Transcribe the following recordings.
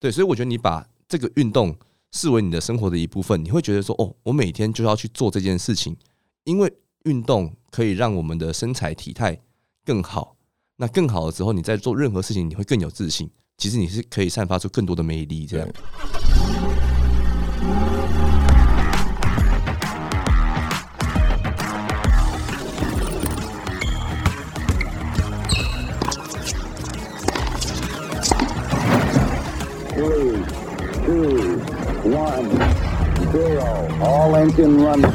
对，所以我觉得你把这个运动视为你的生活的一部分，你会觉得说，哦，我每天就要去做这件事情，因为运动可以让我们的身材体态更好。那更好了之后，你在做任何事情，你会更有自信。其实你是可以散发出更多的魅力，这样。 three, two, one, zero. All engine running.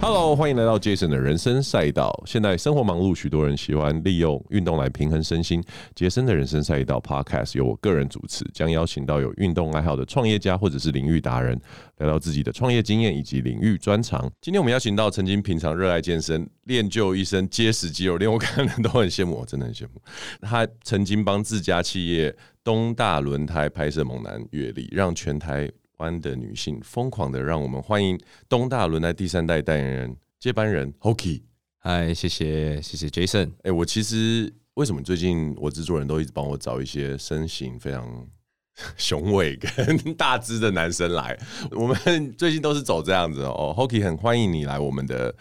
Hello，欢迎来到 Jason 的人生赛道。现在生活忙碌，许多人喜欢利用运动来平衡身心。杰森的人生赛道 Podcast 由我个人主持，将邀请到有运动爱好的创业家或者是领域达人，聊聊自己的创业经验以及领域专长。今天我们邀请到曾经平常热爱健身、练就一身结实肌肉，连我看人都很羡慕，我真的很羡慕。他曾经帮自家企业东大轮胎拍摄《猛男阅历》，让全台湾的女性疯狂的让我们欢迎东大轮胎第三代代言人接班人 Hoki。嗨，谢谢谢谢 Jason。哎、我其实为什么最近我制作人都一直帮我找一些身形非常雄伟跟大只的男生来？ 我们最近都是走这样子哦。Hoki 很欢迎你来我们的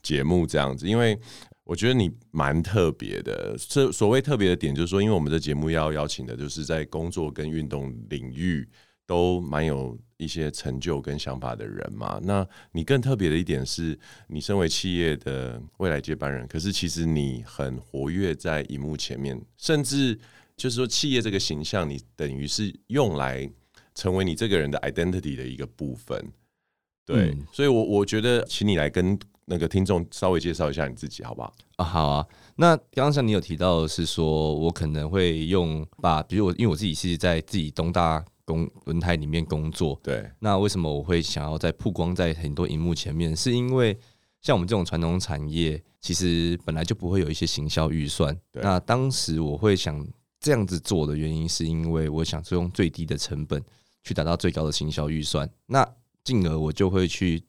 节目这样子，因为我觉得你蛮特别的。这所谓特别的点，就是说，因为我们的节目要邀请的，就是在工作跟运动领域都蛮有一些成就跟想法的人嘛。那你更特别的一点是，你身为企业的未来接班人，可是其实你很活跃在荧幕前面，甚至就是说，企业这个形象，你等于是用来成为你这个人的 identity 的一个部分。对，嗯所以我我觉得，请你来跟那个听众稍微介绍一下你自己，好不好？啊，好啊。那刚刚像你有提到的是说，我可能会用把，比如我因为我自己是在自己东大工轮胎里面工作，对，那为什么我会想要在曝光在很多荧幕前面？是因为像我们这种传统产业，其实本来就不会有一些行销预算。对那当时我会想这样子做的原因，是因为我想是用最低的成本去达到最高的行销预算，那进而我就会去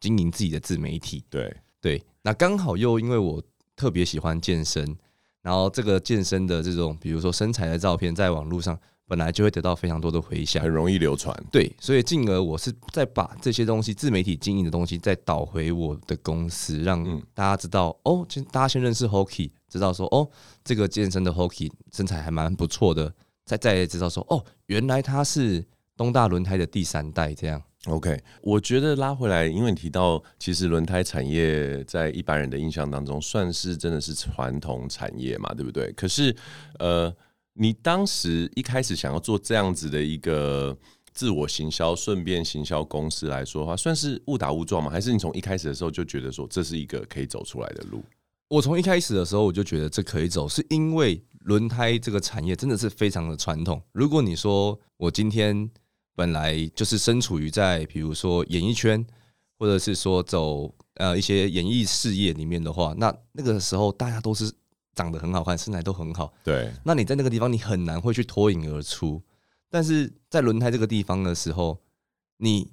经营自己的自媒体。对，对，那刚好又因为我特别喜欢健身，然后这个健身的这种，比如说身材的照片，在网络上本来就会得到非常多的回响很，容易流传。对，所以进而我是再把这些东西自媒体经营的东西再导回我的公司，让嗯大家知道、哦，先大家先认识 Hoki，知道说哦，这个健身的 Hoki 身材还蛮不错的，再再也知道说哦，原来他是东大轮胎的第三代这样， OK，我觉得拉回来，因为你提到，其实轮胎产业在一般人的印象当中，算是真的是传统产业嘛，对不对？可是，呃，你当时一开始想要做这样子的一个自我行销，顺便行销公司来说的话，算是误打误撞吗？还是你从一开始的时候就觉得说这是一个可以走出来的路？我从一开始的时候我就觉得这可以走，是因为轮胎这个产业真的是非常的传统。如果你说我今天本来就是身处于在比如说演艺圈，或者是说走呃一些演艺事业里面的话，那那个时候大家都是长得很好看，身材都很好，对，那你在那个地方你很难会去脱颖而出。但是在轮胎这个地方的时候，你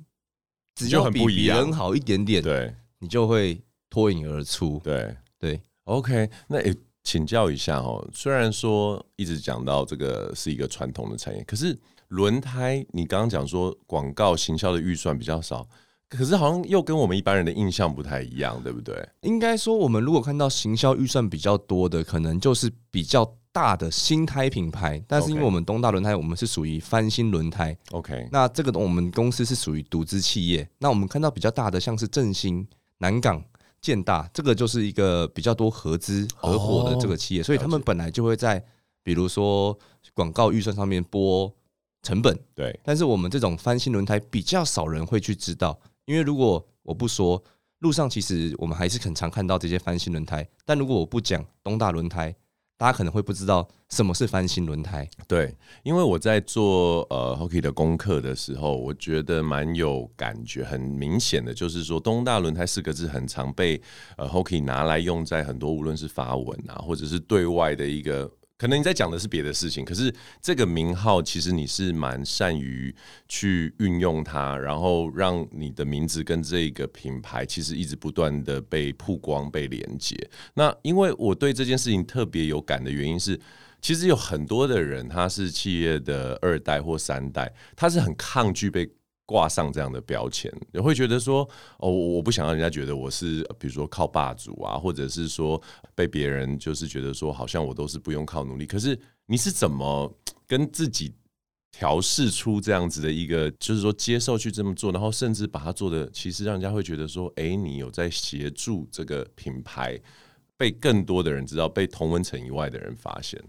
只就要很比不一别样人好一点点，对，你就会脱颖而出。对，对。 OK，那诶、请教一下哦，虽然说一直讲到这个是一个传统的产业，可是轮胎，你刚刚讲说广告行销的预算比较少，可是好像又跟我们一般人的印象不太一样，对不对？应该说，我们如果看到行销预算比较多的，可能就是比较大的新胎品牌。但是因为 OK 我们东大轮胎，我们是属于翻新轮胎， OK，那这个我们公司是属于独资企业。那我们看到比较大的，像是振兴、南港、建大，这个就是一个比较多合资合伙的这个企业，所以他们本来就会在比如说广告预算上面拨成本，对但是我们这种翻新轮胎比较少人会去知道，因为如果我不说，路上其实我们还是很常看到这些翻新轮胎，但如果我不讲东大轮胎，大家可能会不知道什么是翻新轮胎。对，因为我在做呃 hockey 的功课的时候，我觉得蛮有感觉，很明显的就是说“东大轮胎”四个字很常被呃 hockey 拿来用在很多无论是发文啊，或者是对外的一个。可能你在讲的是别的事情，可是这个名号其实你是蛮善于去运用它，然后让你的名字跟这个品牌其实一直不断的被曝光、被连接。那因为我对这件事情特别有感的原因是，其实有很多的人他是企业的二代或三代，他是很抗拒被挂上这样的标签，也会觉得说，哦，我我不想让人家觉得我是，呃比如说靠霸主啊，或者是说被别人就是觉得说，好像我都是不用靠努力。可是你是怎么跟自己调试出这样子的一个，就是说接受去这么做，然后甚至把它做的，其实让人家会觉得说，哎，你有在协助这个品牌。被更多的人知道，被同文层以外的人发现。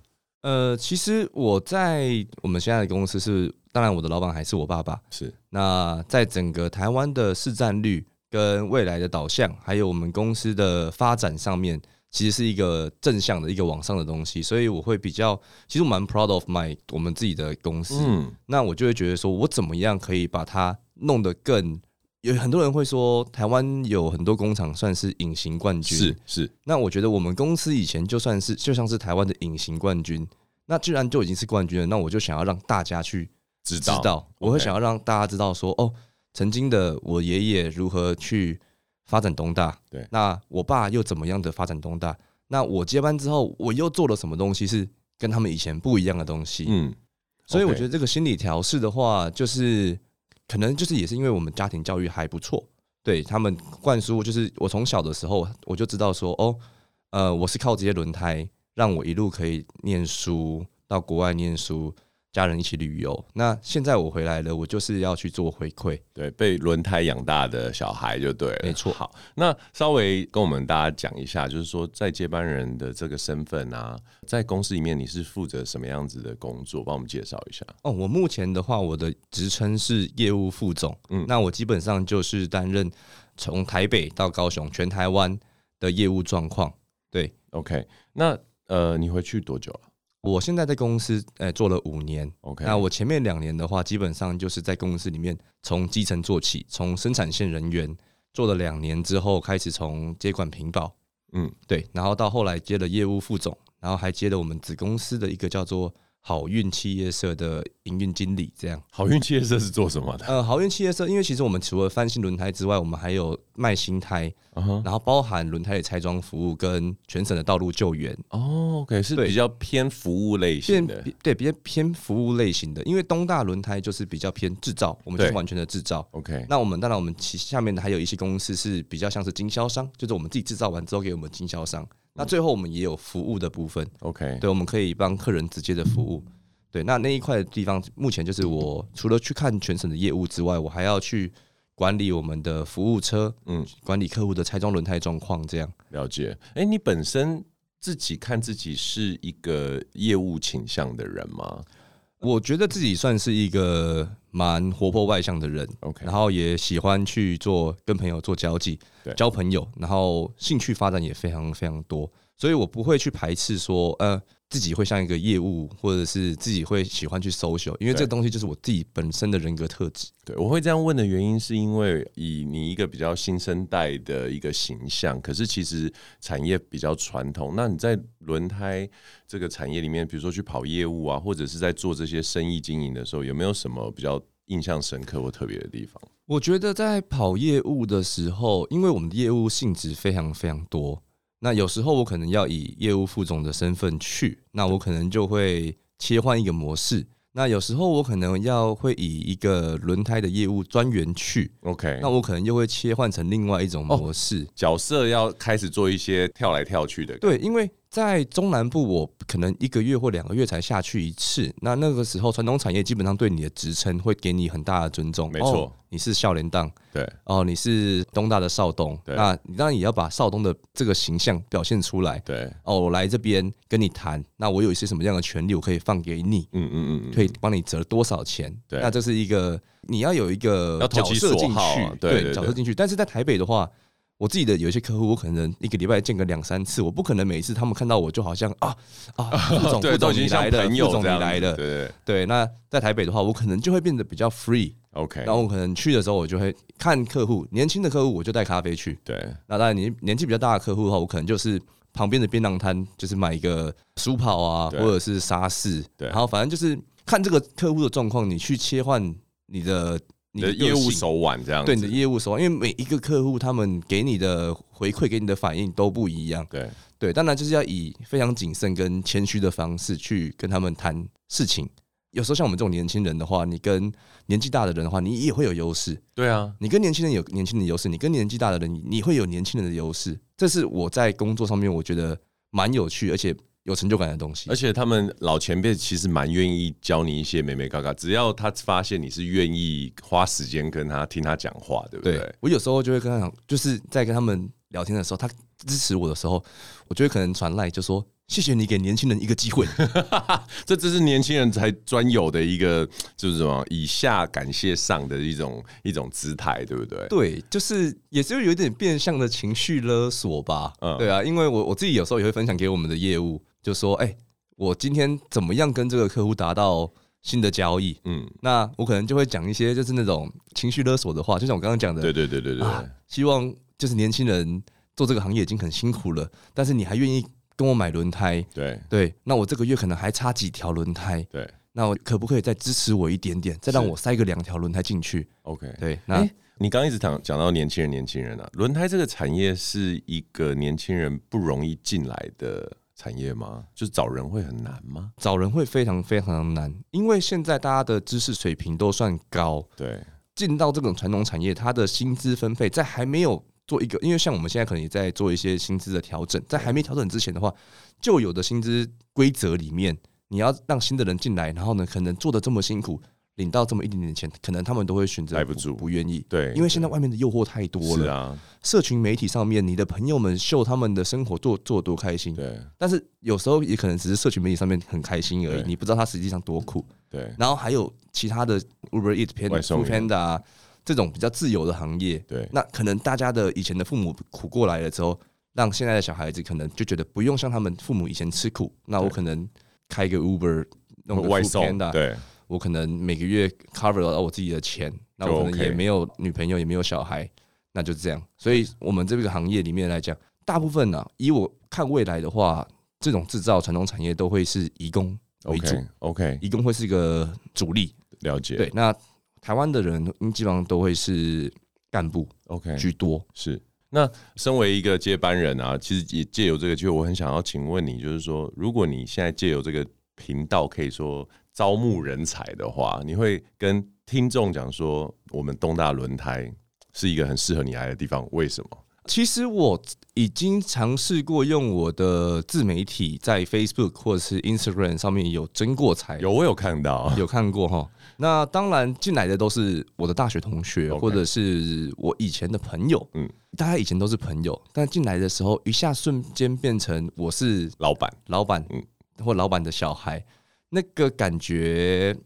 呃，其实我在我们现在的公司是，当然我的老板还是我爸爸。是那在整个台湾的市占率、跟未来的导向，还有我们公司的发展上面，其实是一个正向的一个往上的东西。所以我会比较，其实我蛮 proud of my 我们自己的公司。嗯，那我就会觉得说，我怎么样可以把它弄得更？有很多人会说，台湾有很多工厂算是隐形冠军，是是，那我觉得我们公司以前就算是就像是台湾的隐形冠军，那既然就已经是冠军了，那我就想要让大家去知知道，道，我会 OK 想要让大家知道说，哦，曾经的我爷爷如何去发展东大，对那我爸又怎么样的发展东大，那我接班之后我又做了什么东西是跟他们以前不一样的东西，嗯，所以我 OK 觉得这个心理调试的话，就是可能就是也是因为我们家庭教育还不错，对他们灌输，就是我从小的时候我就知道说，哦，呃，我是靠这些轮胎让我一路可以念书到国外念书，家人一起旅游。那现在我回来了，我就是要去做回馈，对，被轮胎养大的小孩就对了，没错好，那稍微跟我们大家讲一下，就是说在接班人的这个身份啊，在公司里面你是负责什么样子的工作？帮我们介绍一下。哦，我目前的话，我的职称是业务副总，嗯嗯，那我基本上就是担任从台北到高雄全台湾的业务状况，对。 OK，那呃，你回去多久了我现在在公司，呃，做了五年。 ？OK，那我前面两年的话，基本上就是在公司里面从基层做起，从生产线人员做了两年之后，开始从接管屏保，嗯，对，然后到后来接了业务副总，然后还接了我们子公司的一个叫做好运企业社的营运经理，这样。好运企业社是做什么的？呃，好运企业社，因为其实我们除了翻新轮胎之外，我们还有卖新胎，啊哈然后包含轮胎的拆装服务跟全省的道路救援。哦，OK，是对比较偏服务类偏型的。对比较偏服务类型的，因为东大轮胎就是比较偏制造，我们就对是完全的制造。 OK，那我们当然，我们旗下面的还有一些公司是比较像是经销商，就是我们自己制造完之后给我们经销商。嗯那最后我们也有服务的部分， OK，对，我们可以帮客人直接的服务。对，那那一块的地方，目前就是我除了去看全省的业务之外，我还要去管理我们的服务车，嗯嗯，管理客户的拆装轮胎状况这样。了解。哎、你本身自己看自己是一个业务倾向的人吗我觉得自己算是一个蛮活泼外向的人， ？OK，然后也喜欢去做跟朋友做交际对，交朋友，然后兴趣发展也非常非常多，所以我不会去排斥说，呃，自己会像一个业务，或者是自己会喜欢去 social，因为这个对东西就是我自己本身的人格特质。对，我会这样问的原因是因为以你一个比较新生代的一个形象，可是其实产业比较传统。那你在轮胎这个产业里面，比如说去跑业务啊，或者是在做这些生意经营的时候，有没有什么比较印象深刻或特别的地方？我觉得在跑业务的时候，因为我们的业务性质非常非常多，那有时候我可能要以业务副总的身份去，那我可能就会切换一个模式。那有时候我可能要会以一个轮胎的业务专员去， OK，哦那我可能又会切换成另外一种模式。角色要开始做一些跳来跳去的。对，因为在中南部，我可能一个月或两个月才下去一次。那那个时候，传统产业基本上对你的职称会给你很大的尊重。没错哦你是少年党，对哦，你是东大的少东，对那你当然也要把少东的这个形象表现出来。对，哦，我来这边跟你谈，那我有一些什么样的权利，我可以放给你，嗯嗯嗯嗯，可以帮你折多少钱？对那这是一个你要有一个要投角其色所进好去啊，对对对角色进去。但是在台北的话，我自己的有一些客户，我可能一个礼拜见个两三次，我不可能每一次他们看到我就好像啊 啊，副总哦对，副总都已经你像来了，朋副友总你这样子来了对，对对对。那在台北的话，我可能就会变得比较 free， ，OK，然后我可能去的时候，我就会看客户，年轻的客户我就带咖啡去。对那当然年年纪比较大的客户的话，我可能就是旁边的便当摊，就是买一个酥跑啊，或对者是沙士，对然后反正就是看这个客户的状况，你去切换你的你的个业务性手腕这样子，对你的业务手腕，因为每一个客户他们给你的回馈、给你的反应都不一样。对对，当然就是要以非常谨慎跟谦虚的方式去跟他们谈事情。有时候像我们这种年轻人的话，你跟年纪大的人的话，你也会有优势。对啊，你跟年轻人有年轻人的优势，你跟年纪大的人，你你会有年轻人的优势。这是我在工作上面我觉得蛮有趣，而且有成就感的东西而。且他们老前辈其实蛮愿意教你一些美美嘎嘎，只要他发现你是愿意花时间跟他听他讲话，对不对？对我有时候就会跟他讲，就是在跟他们聊天的时候，他支持我的时候，我就会可能传赖就说：“谢谢你给年轻人一个 机会。”这这是年轻人才专有的一个，就是什么以下感谢上的一种一种姿态，对不对？对，就是也是有点变相的情绪勒索吧。嗯对啊，因为我我自己有时候也会分享给我们的业务，就说，哎、我今天怎么样跟这个客户达到新的交易？嗯，那我可能就会讲一些就是那种情绪勒索的话，就像我刚刚讲的，对对对对对，啊，希望就是年轻人做这个行业已经很辛苦了，但是你还愿意跟我买轮胎，对对，那我这个月可能还差几条轮胎，对那我可不可以再支持我一点点，再让我塞个两条轮胎进去？ ，OK。对，那、哎、你刚刚一直讲讲到年轻人，年轻人啊，轮胎这个产业是一个年轻人不容易进来的产业吗？就是找人会很难吗？找人会非常非常难，因为现在大家的知识水平都算高，对进到这种传统产业，它的薪资分配在还没有做一个，因为像我们现在可能也在做一些薪资的调整，在还没调整之前的话，旧有的薪资规则里面，你要让新的人进来，然后呢，可能做的这么辛苦，领到这么一点点钱，可能他们都会选择待不住不愿意。对，因为现在外面的诱惑太多是了，啊，社群媒体上面你的朋友们秀他们的生活做做多开心，对但是有时候也可能只是社群媒体上面很开心而已对，你不知道他实际上多苦。对然后还有其他的 Uber Eats、外 Panda、送 Food 员 Panda 啊这种比较自由的行业，对，那可能大家的以前的父母苦过来了之后，让现在的小孩子可能就觉得不用像他们父母以前吃苦，那我对可能开个 Uber。弄个外 Food 送 Panda，对我可能每个月 cover 到我自己的钱，那就我可能 OK 也没有女朋友，也没有小孩，那就这样。所以，我们这个行业里面来讲，大部分呢、啊以我看未来的话，这种制造传统产业都会是移工为主， ，OK OK，移工会是一个主力。了解，对，那台湾的人基本上都会是干部 OK 居多。是。那身为一个接班人啊，其实也借由这个机会，我很想要请问你，就是说，如果你现在借由这个频道可以说招募人才的话，你会跟听众讲说，我们东大轮胎是一个很适合你来的地方，为什么？其实我已经尝试过用我的自媒体在 Facebook 或者是 Instagram 上面有征过才，有我有看到，有看过哈。那当然进来的都是我的大学同学 OK 或者是我以前的朋友，嗯嗯，大家以前都是朋友，但进来的时候一下瞬间变成我是老板老板，嗯或老板的小孩，那个感觉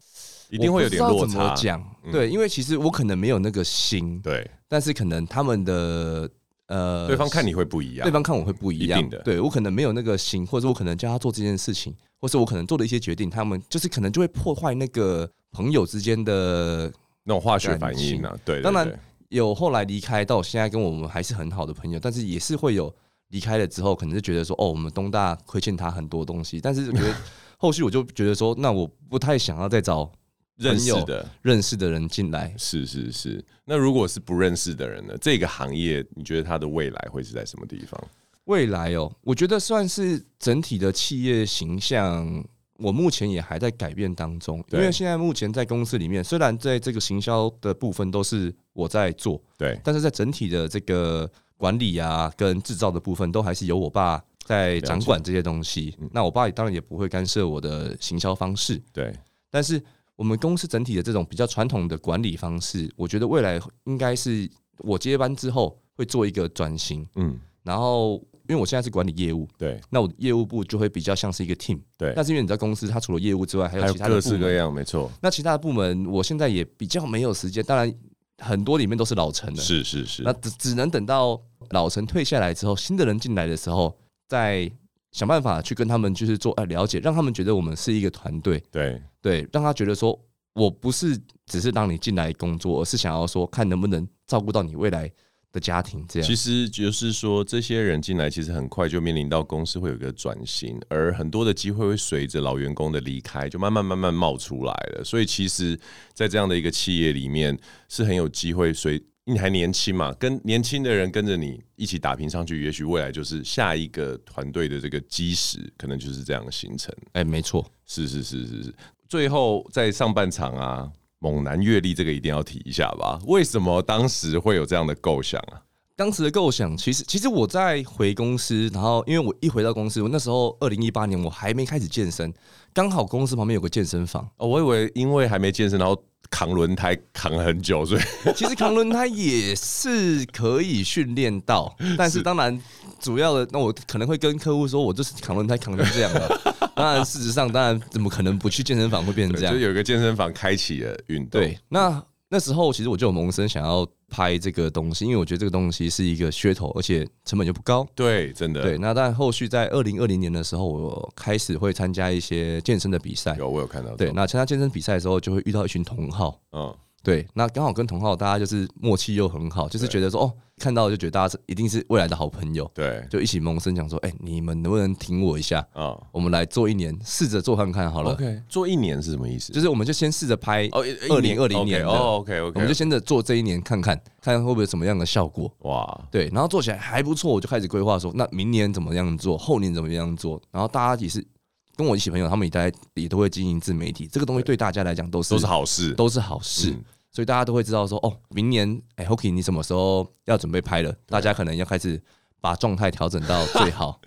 一定会有点落我不知道怎么差，嗯讲，对，因为其实我可能没有那个心，对，但是可能他们的呃，对方看你会不一样，对方看我会不一样一定的对我可能没有那个心，或者我可能叫他做这件事情，或是我可能做的一些决定，他们就是可能就会破坏那个朋友之间的。那种化学反应啊，对，对当然对有后来离开到现在跟我们还是很好的朋友，但是也是会有离开了之后，可能就觉得说哦，我们东大亏欠他很多东西，但是我觉 得后续我就觉得说，那我不太想要再找认朋友识的，认识的人进来，是是是。那如果是不认识的人呢？这个行业，你觉得它的未来会是在什么地方？未来哦，我觉得算是整体的企业形象，我目前也还在改变当中。因对为现在目前在公司里面，虽然在这个行销的部分都是我在做，对，但是在整体的这个管理啊跟制造的部分，都还是由我爸在掌管这些东西。那我爸也当然也不会干涉我的行销方式，对，但是我们公司整体的这种比较传统的管理方式，我觉得未来应该是我接班之后会做一个转型。嗯，然后因为我现在是管理业务，对那我的业务部就会比较像是一个 team。对，但是因为你知道，公司它除了业务之外，还有还有其他的各部式门。各样，没错，那其他的部门，我现在也比较没有时间，当然很多里面都是老陈的，是是是那只只能等到老陈退下来之后，新的人进来的时候，再想办法去跟他们就是做呃了解，让他们觉得我们是一个团队，对对，让他觉得说我不是只是让你进来工作，而是想要说看能不能照顾到你未来的家庭这样其。实就是说，这些人进来其实很快就面临到公司会有一个转型，而很多的机会会随着老员工的离开，就慢慢慢慢冒出来了。所以其实，在这样的一个企业里面，是很有机会随。你还年轻嘛，跟年轻的人跟着你一起打拼上去，也许未来就是下一个团队的这个基石，可能就是这样形成。哎、没错，是是是是是。最后在上半场啊，猛男阅历这个一定要提一下吧？为什么当时会有这样的构想啊？当时的构想，其实其实我在回公司，然后因为我一回到公司，我那时候二零一八年我还没开始健身，刚好公司旁边有个健身房， 哦，我以为因为还没健身，然后扛轮胎扛了很久，所以其实扛轮胎也是可以训练到，但是当然主要的，那我可能会跟客户说，我就是扛轮胎扛成这样 了。当然，事实上，当然怎么可能不去健身房会变成 这就样是？有一个健身房开启了运动。对，，那那时候其实我就有萌生想要拍这个东西，因为我觉得这个东西是一个噱头，而且成本又不高。对，真的，对，那但后续在二零二零年的时候，我开始会参加一些健身的比赛。有我有看到这对，种。那参加健身比赛的时候，就会遇到一群同好。嗯，对，那刚好跟同好大家就是默契又很好，就是对觉得说哦，看到就觉得大家是一定是未来的好朋友，对，就一起萌生讲说，哎、你们能不能挺我一下？啊我们来做一年，试着做看看好了。 ，OK，做一年是什么意思？就是是我们就先试着拍哦，二零二零年的哦，OK，OK，我们就先着做这一年看看，看会不会有什么样的效果。哇，对，然后做起来还不错，我就开始规划说，那明年怎么样做，后年怎么样做，然后大家也是跟我一起朋友，他们也在也都会经营自媒体，这个东西对大家来讲都是都是好事，都是好事，嗯所以大家都会知道说，哦，明年哎 Hoki 你什么时候要准备拍了，大家可能要开始把状态调整到最 好。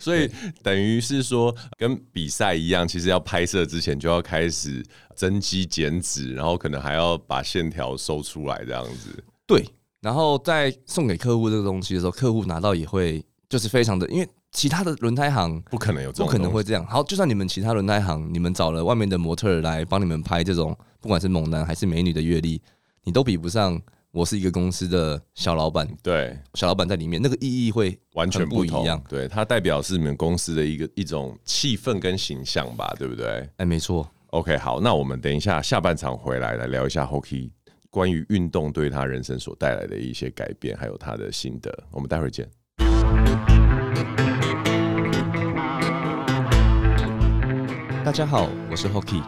所以等于是说，跟比赛一样，其实要拍摄之前就要开始增肌减脂，然后可能还要把线条收出来，这样子。对，然后在送给客户这个东西的时候，客户拿到也会就是非常的，因为其他的轮胎行不可能有这不种，可能会这样。好，就算你们其他轮胎行，你们找了外面的模特儿来帮你们拍这种，不管是猛男还是美女的阅历，你都比不上我是一个公司的小老板，对，小老板在里面，那个意义会完全很不不一同样。对，它代表是你们公司的一个一种气氛跟形象吧，对不对哎，没错， ？OK，好，那我们等一下下半场回来来聊一下 Hockey 关于运动对他人生所带来的一些改变，还有他的心得。我们待会儿见。大家好，我是 Hockey。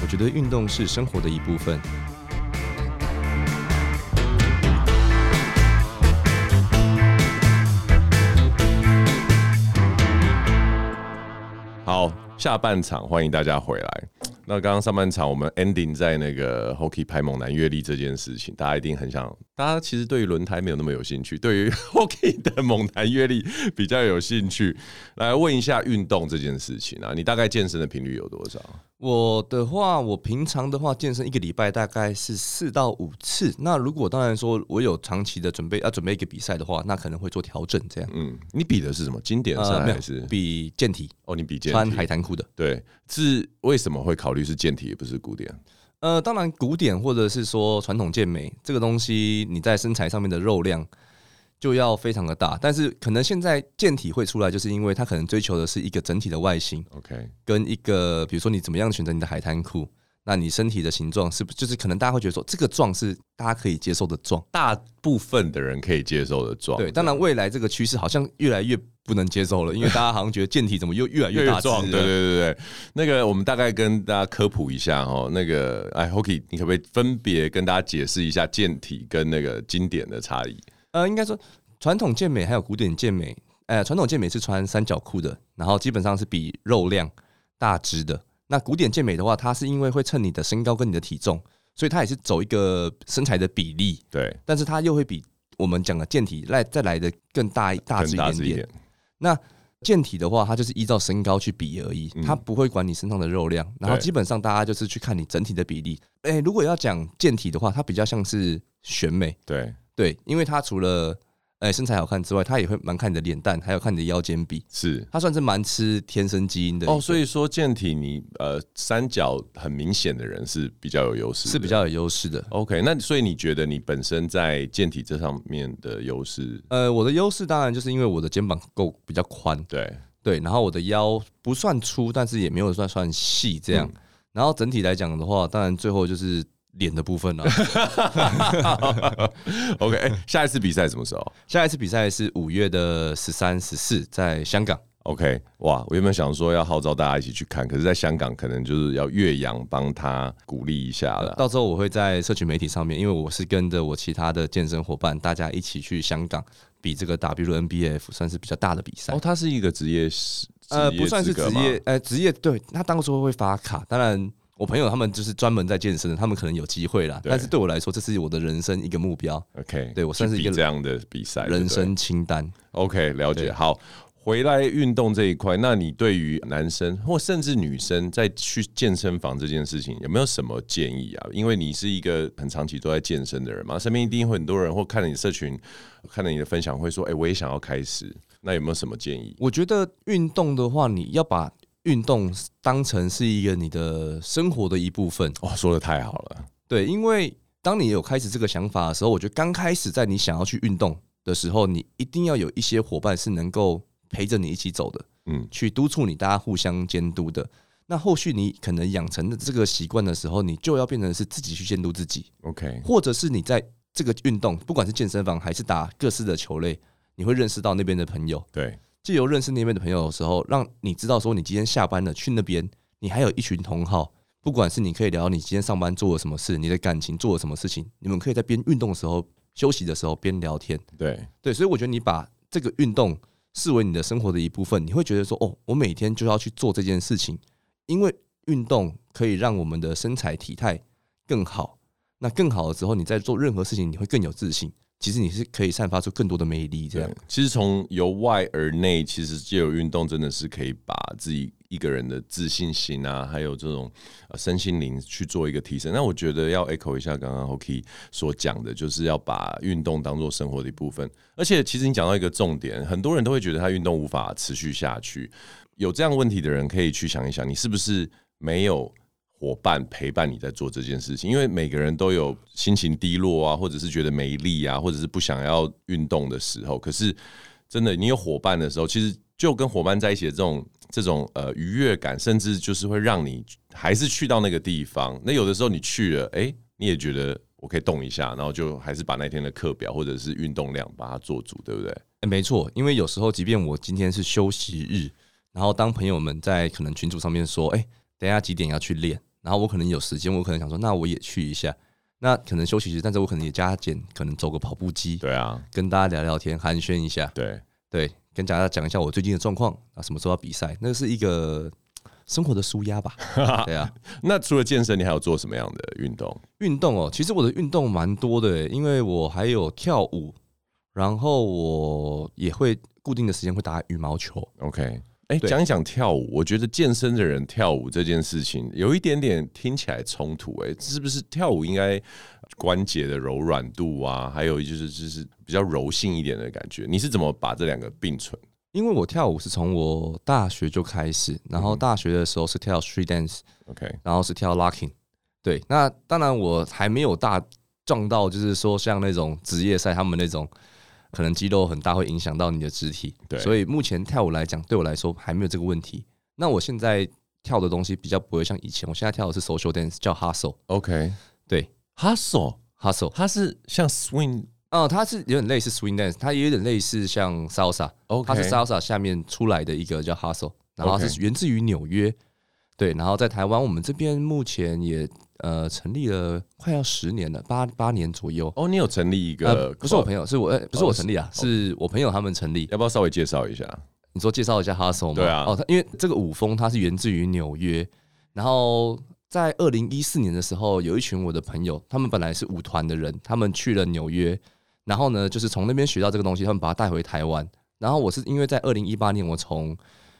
我觉得运动是生活的一部分。好，下半场欢迎大家回来。那刚刚上半场我们 ending 在那个 Hockey 拍猛男阅历这件事情，大家一定很想，大家其实对于轮胎没有那么有兴趣，对于 Hockey 的猛男阅历比较有兴趣。来问一下运动这件事情啊，你大概健身的频率有多少？我的话，我平常的话健身一个礼拜大概是四到五次。那如果当然说我有长期的准备，要、啊准备一个比赛的话，那可能会做调整这样。嗯，你比的是什么？经典赛呃，没还有是？比健体哦，你比健穿体海滩裤的。对，是为什么会考虑是健体，也不是古典？呃，当然古典或者是说传统健美这个东西，你在身材上面的肉量就要非常的大，但是可能现在健体会出来，就是因为它可能追求的是一个整体的外形。 OK，跟一个，比如说你怎么样选择你的海滩裤，那你身体的形状是不就是可能大家会觉得说这个壮是大家可以接受的壮，大部分的人可以接受的壮，对。当然未来这个趋势好像越来越不能接受了，因为大家好像觉得健体怎么又越来越大只壮，了对对对对。那个我们大概跟大家科普一下哦，那个哎，Hockey，你可不可以分别跟大家解释一下健体跟那个经典的差异？呃，应该说传统健美还有古典健美，呃，传统健美是穿三角裤的，然后基本上是比肉量大只的。那古典健美的话，它是因为会称你的身高跟你的体重，所以它也是走一个身材的比例，对，但是它又会比我们讲的健体来再来的更大一大只更一大点致一点点。。那健体的话，它就是依照身高去比而已，嗯它不会管你身上的肉量。然后基本上大家就是去看你整体的比例。哎、如果要讲健体的话，它比较像是选美，对，对，因为它除了哎、身材好看之外，它也会蛮看你的脸蛋，还有看你的腰间比。是。它算是蛮吃天生基因的哦，所以说健体你呃三角很明显的人是比较有优势的，是比较有优势的。 OK。那所以你觉得你本身在健体这上面的优势？呃，我的优势当然就是因为我的肩膀够比较宽， 对，对，然后我的腰不嗯算粗，但是也没有算算细这样。然后整体来讲的话，当然最后就是脸的部分 了、 OK，哎、下一次比赛什么时候下一次比赛是五月的十三、十四，在香港。 ？OK，哇，我原本想说要号召大家一起去看，可是在香港可能就是要岳阳帮他鼓励一下了。到时候我会在社群媒体上面，因为我是跟着我其他的健身伙伴，大家一起去香港比这个 WNBF，算是比较大的比赛。哦，他是一个职业是，呃，职不算是资格职吗业，呃，职业对，他当初会发卡。当然，我朋友他们就是专门在健身的，他们可能有机会啦。对但是对我来说，这是我的人生一个目标， OK，对我算是去一个比这样的比赛，对人不对生清单。 OK，了解。对好，回来运动这一块，那你对于男生或甚至女生在去健身房这件事情，有没有什么建议啊？因为你是一个很长期都在健身的人嘛，身边一定会很多人或看了你社群，看了你的分享，会说：“哎、我也想要开始。”那有没有什么建议？我觉得运动的话，你要把运动当成是一个你的生活的一部分。哦，说的太好了，对，因为当你有开始这个想法的时候，我觉得刚开始在你想要去运动的时候，你一定要有一些伙伴是能够陪着你一起走的，嗯，去督促你，大家互相监督的。那后续你可能养成的这个习惯的时候，你就要变成是自己去监督自己， OK，或者是你在这个运动，不管是健身房还是打各式的球类，你会认识到那边的朋友，对，借由认识那边的朋友的时候，让你知道说你今天下班了啊去那边，你还有一群同好，不管是你可以聊你今天上班做了什么事，你的感情做了什么事情，你们可以在边运动的时候、休息的时候边聊天。对，对，所以我觉得你把这个运动视为你的生活的一部分，你会觉得说，哦，我每天就要去做这件事情，因为运动可以让我们的身材体态更好。那更好了之后，你在做任何事情，你会更有自信。其实你是可以散发出更多的魅力，这样对。其实从由外而内，其实借由运动真的是可以把自己一个人的自信心啊，还有这种呃身心灵去做一个提升。那我觉得要 echo 一下刚刚 Hoki 所讲的，就是要把运动当做生活的一部分。而且其实你讲到一个重点，很多人都会觉得他运动无法持续下去。有这样问题的人，可以去想一想，你是不是没有伙伴陪伴你在做这件事情，因为每个人都有心情低落啊，或者是觉得没力啊，或者是不想要运动的时候。可是真的，你有伙伴的时候，其实就跟伙伴在一起的这种这种呃愉悦感，甚至就是会让你还是去到那个地方。那有的时候你去了，诶，你也觉得我可以动一下，然后就还是把那天的课表或者是运动量把它做足，对不对？欸没错，因为有时候即便我今天是休息日，然后当朋友们在可能群组上面说，哎、等一下几点要去练，然后我可能有时间，我可能想说，那我也去一下。那可能休息日，但是我可能也加减，可能走个跑步机，对啊，跟大家聊聊天，寒暄一下，对。对，跟大家讲一下我最近的状况啊，什么时候要比赛，那是一个生活的舒压吧，对啊。那除了健身，你还有做什么样的运动？运动哦，其实我的运动蛮多的耶，因为我还有跳舞，然后我也会固定的时间会打羽毛球， OK，哎、对讲一讲跳舞。我觉得健身的人跳舞这件事情有一点点听起来冲突、哎，是不是跳舞应该关节的柔软度啊，还有就是就是比较柔性一点的感觉？你是怎么把这两个并存？因为我跳舞是从我大学就开始，然后大学的时候是跳 street dance， OK，然后是跳 locking。对，那当然我还没有大撞到，就是说像那种职业赛他们那种，可能肌肉很大会影响到你的肢体。对所以目前跳舞来讲，对我来说还没有这个问题。那我现在跳的东西比较不会像以前，我现在跳的是 social dance，叫 hustle。 OK，对，hustle， ，hustle，它是像 swing，哦、它是有点类似 swing dance，它也有点类似像 salsa。 OK 它是 salsa 下面出来的一个叫 hustle，然后它 OK 是源自于纽约，对，然后在台湾我们这边目前也呃成立了快要十年了，八八年左右。哦，你有成立一个、呃，不是我朋友，友，是我，呃不是哦我是成立啊，是我朋友他们成立。要不要稍微介绍一下？你说介绍一下 hustle 吗？对啊哦，他因为这个舞风它是源自于纽约，然后在二零一四年的时候，有一群我的朋友，他们本来是舞团的人，他们去了纽约，然后呢，就是从那边学到这个东西，他们把它带回台湾。然后我是因为在二零一八年我从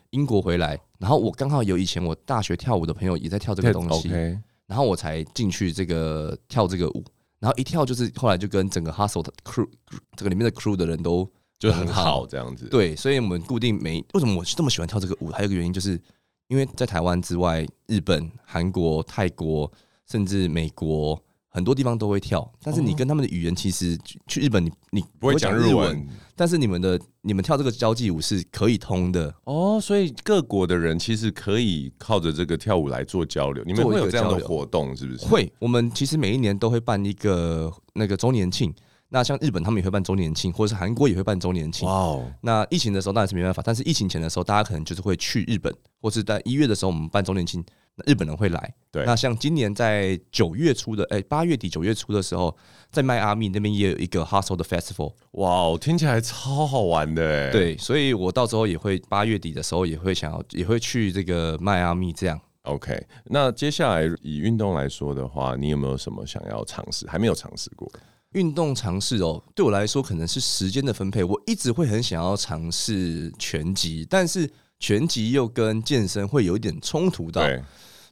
英国回来，然后我刚好有以前我大学跳舞的朋友也在跳这个东西， OK，然后我才进去这个跳这个舞，然后一跳就是后来就跟整个 hustle 的 crew 这个里面的 crew 的人都就很很好好这样子。对，所以我们固定每为什么我这么喜欢跳这个舞，还有一个原因就是因为在台湾之外，日本、韩国、泰国，甚至美国，很多地方都会跳，但是你跟他们的语言其实去去日本你你哦不会讲日文，但是你们的你们跳这个交际舞是可以通的，哦，所以各国的人其实可以靠着这个跳舞来做交流。你们做一会有个这样交的流活动，是不是？会，我们其实每一年都会办一个那个周年庆。那像日本他们也会办周年庆，或者是韩国也会办周年庆。哦，那疫情的时候当然是没办法，但是疫情前的时候，大家可能就是会去日本，或是在一月的时候我们办周年庆，那日本人会来。对那像今年在九月初的，哎、八月底九月初的时候，在迈阿密那边也有一个 Hustle 的 Festival。哇哦，听起来超好玩的哎。，对，所以我到时候也会八月底的时候也会想要也会去这个迈阿密这样。 OK，那接下来以运动来说的话，你有没有什么想要尝试还没有尝试过？运动尝试哦，对我来说可能是时间的分配。我一直会很想要尝试拳击，但是拳击又跟健身会有一点冲突到。对，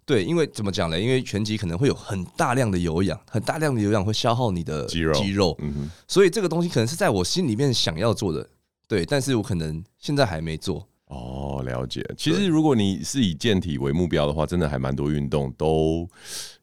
对，因为怎么讲呢？因为拳击可能会有很大量的有氧，很大量的有氧会消耗你的肌肉肌肉，嗯哼，所以这个东西可能是在我心里面想要做的，对，但是我可能现在还没做。哦，了解。其实如果你是以健体为目标的话，真的还蛮多运动都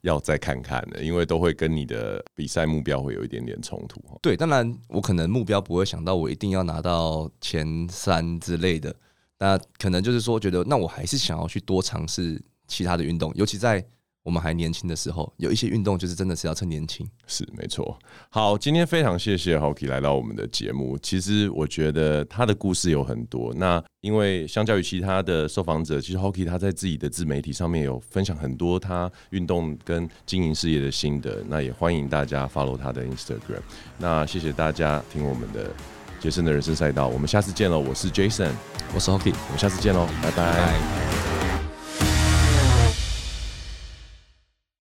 要再看看的，因为都会跟你的比赛目标会有一点点冲突。对，当然我可能目标不会想到我一定要拿到前三之类的，那可能就是说觉得那我还是想要去多尝试其他的运动，尤其在我们还年轻的时候，有一些运动就是真的是要趁年轻。是没错。好，今天非常谢谢 Hoki 来到我们的节目。其实我觉得他的故事有很多。那因为相较于其他的受访者，其实 Hoki 他在自己的自媒体上面有分享很多他运动跟经营事业的心得。那也欢迎大家 follow 他的 Instagram。那谢谢大家听我们的杰森的人生赛道，我们下次见喽。我是 Jason，我是 Hockey，我们下次见喽，拜拜拜。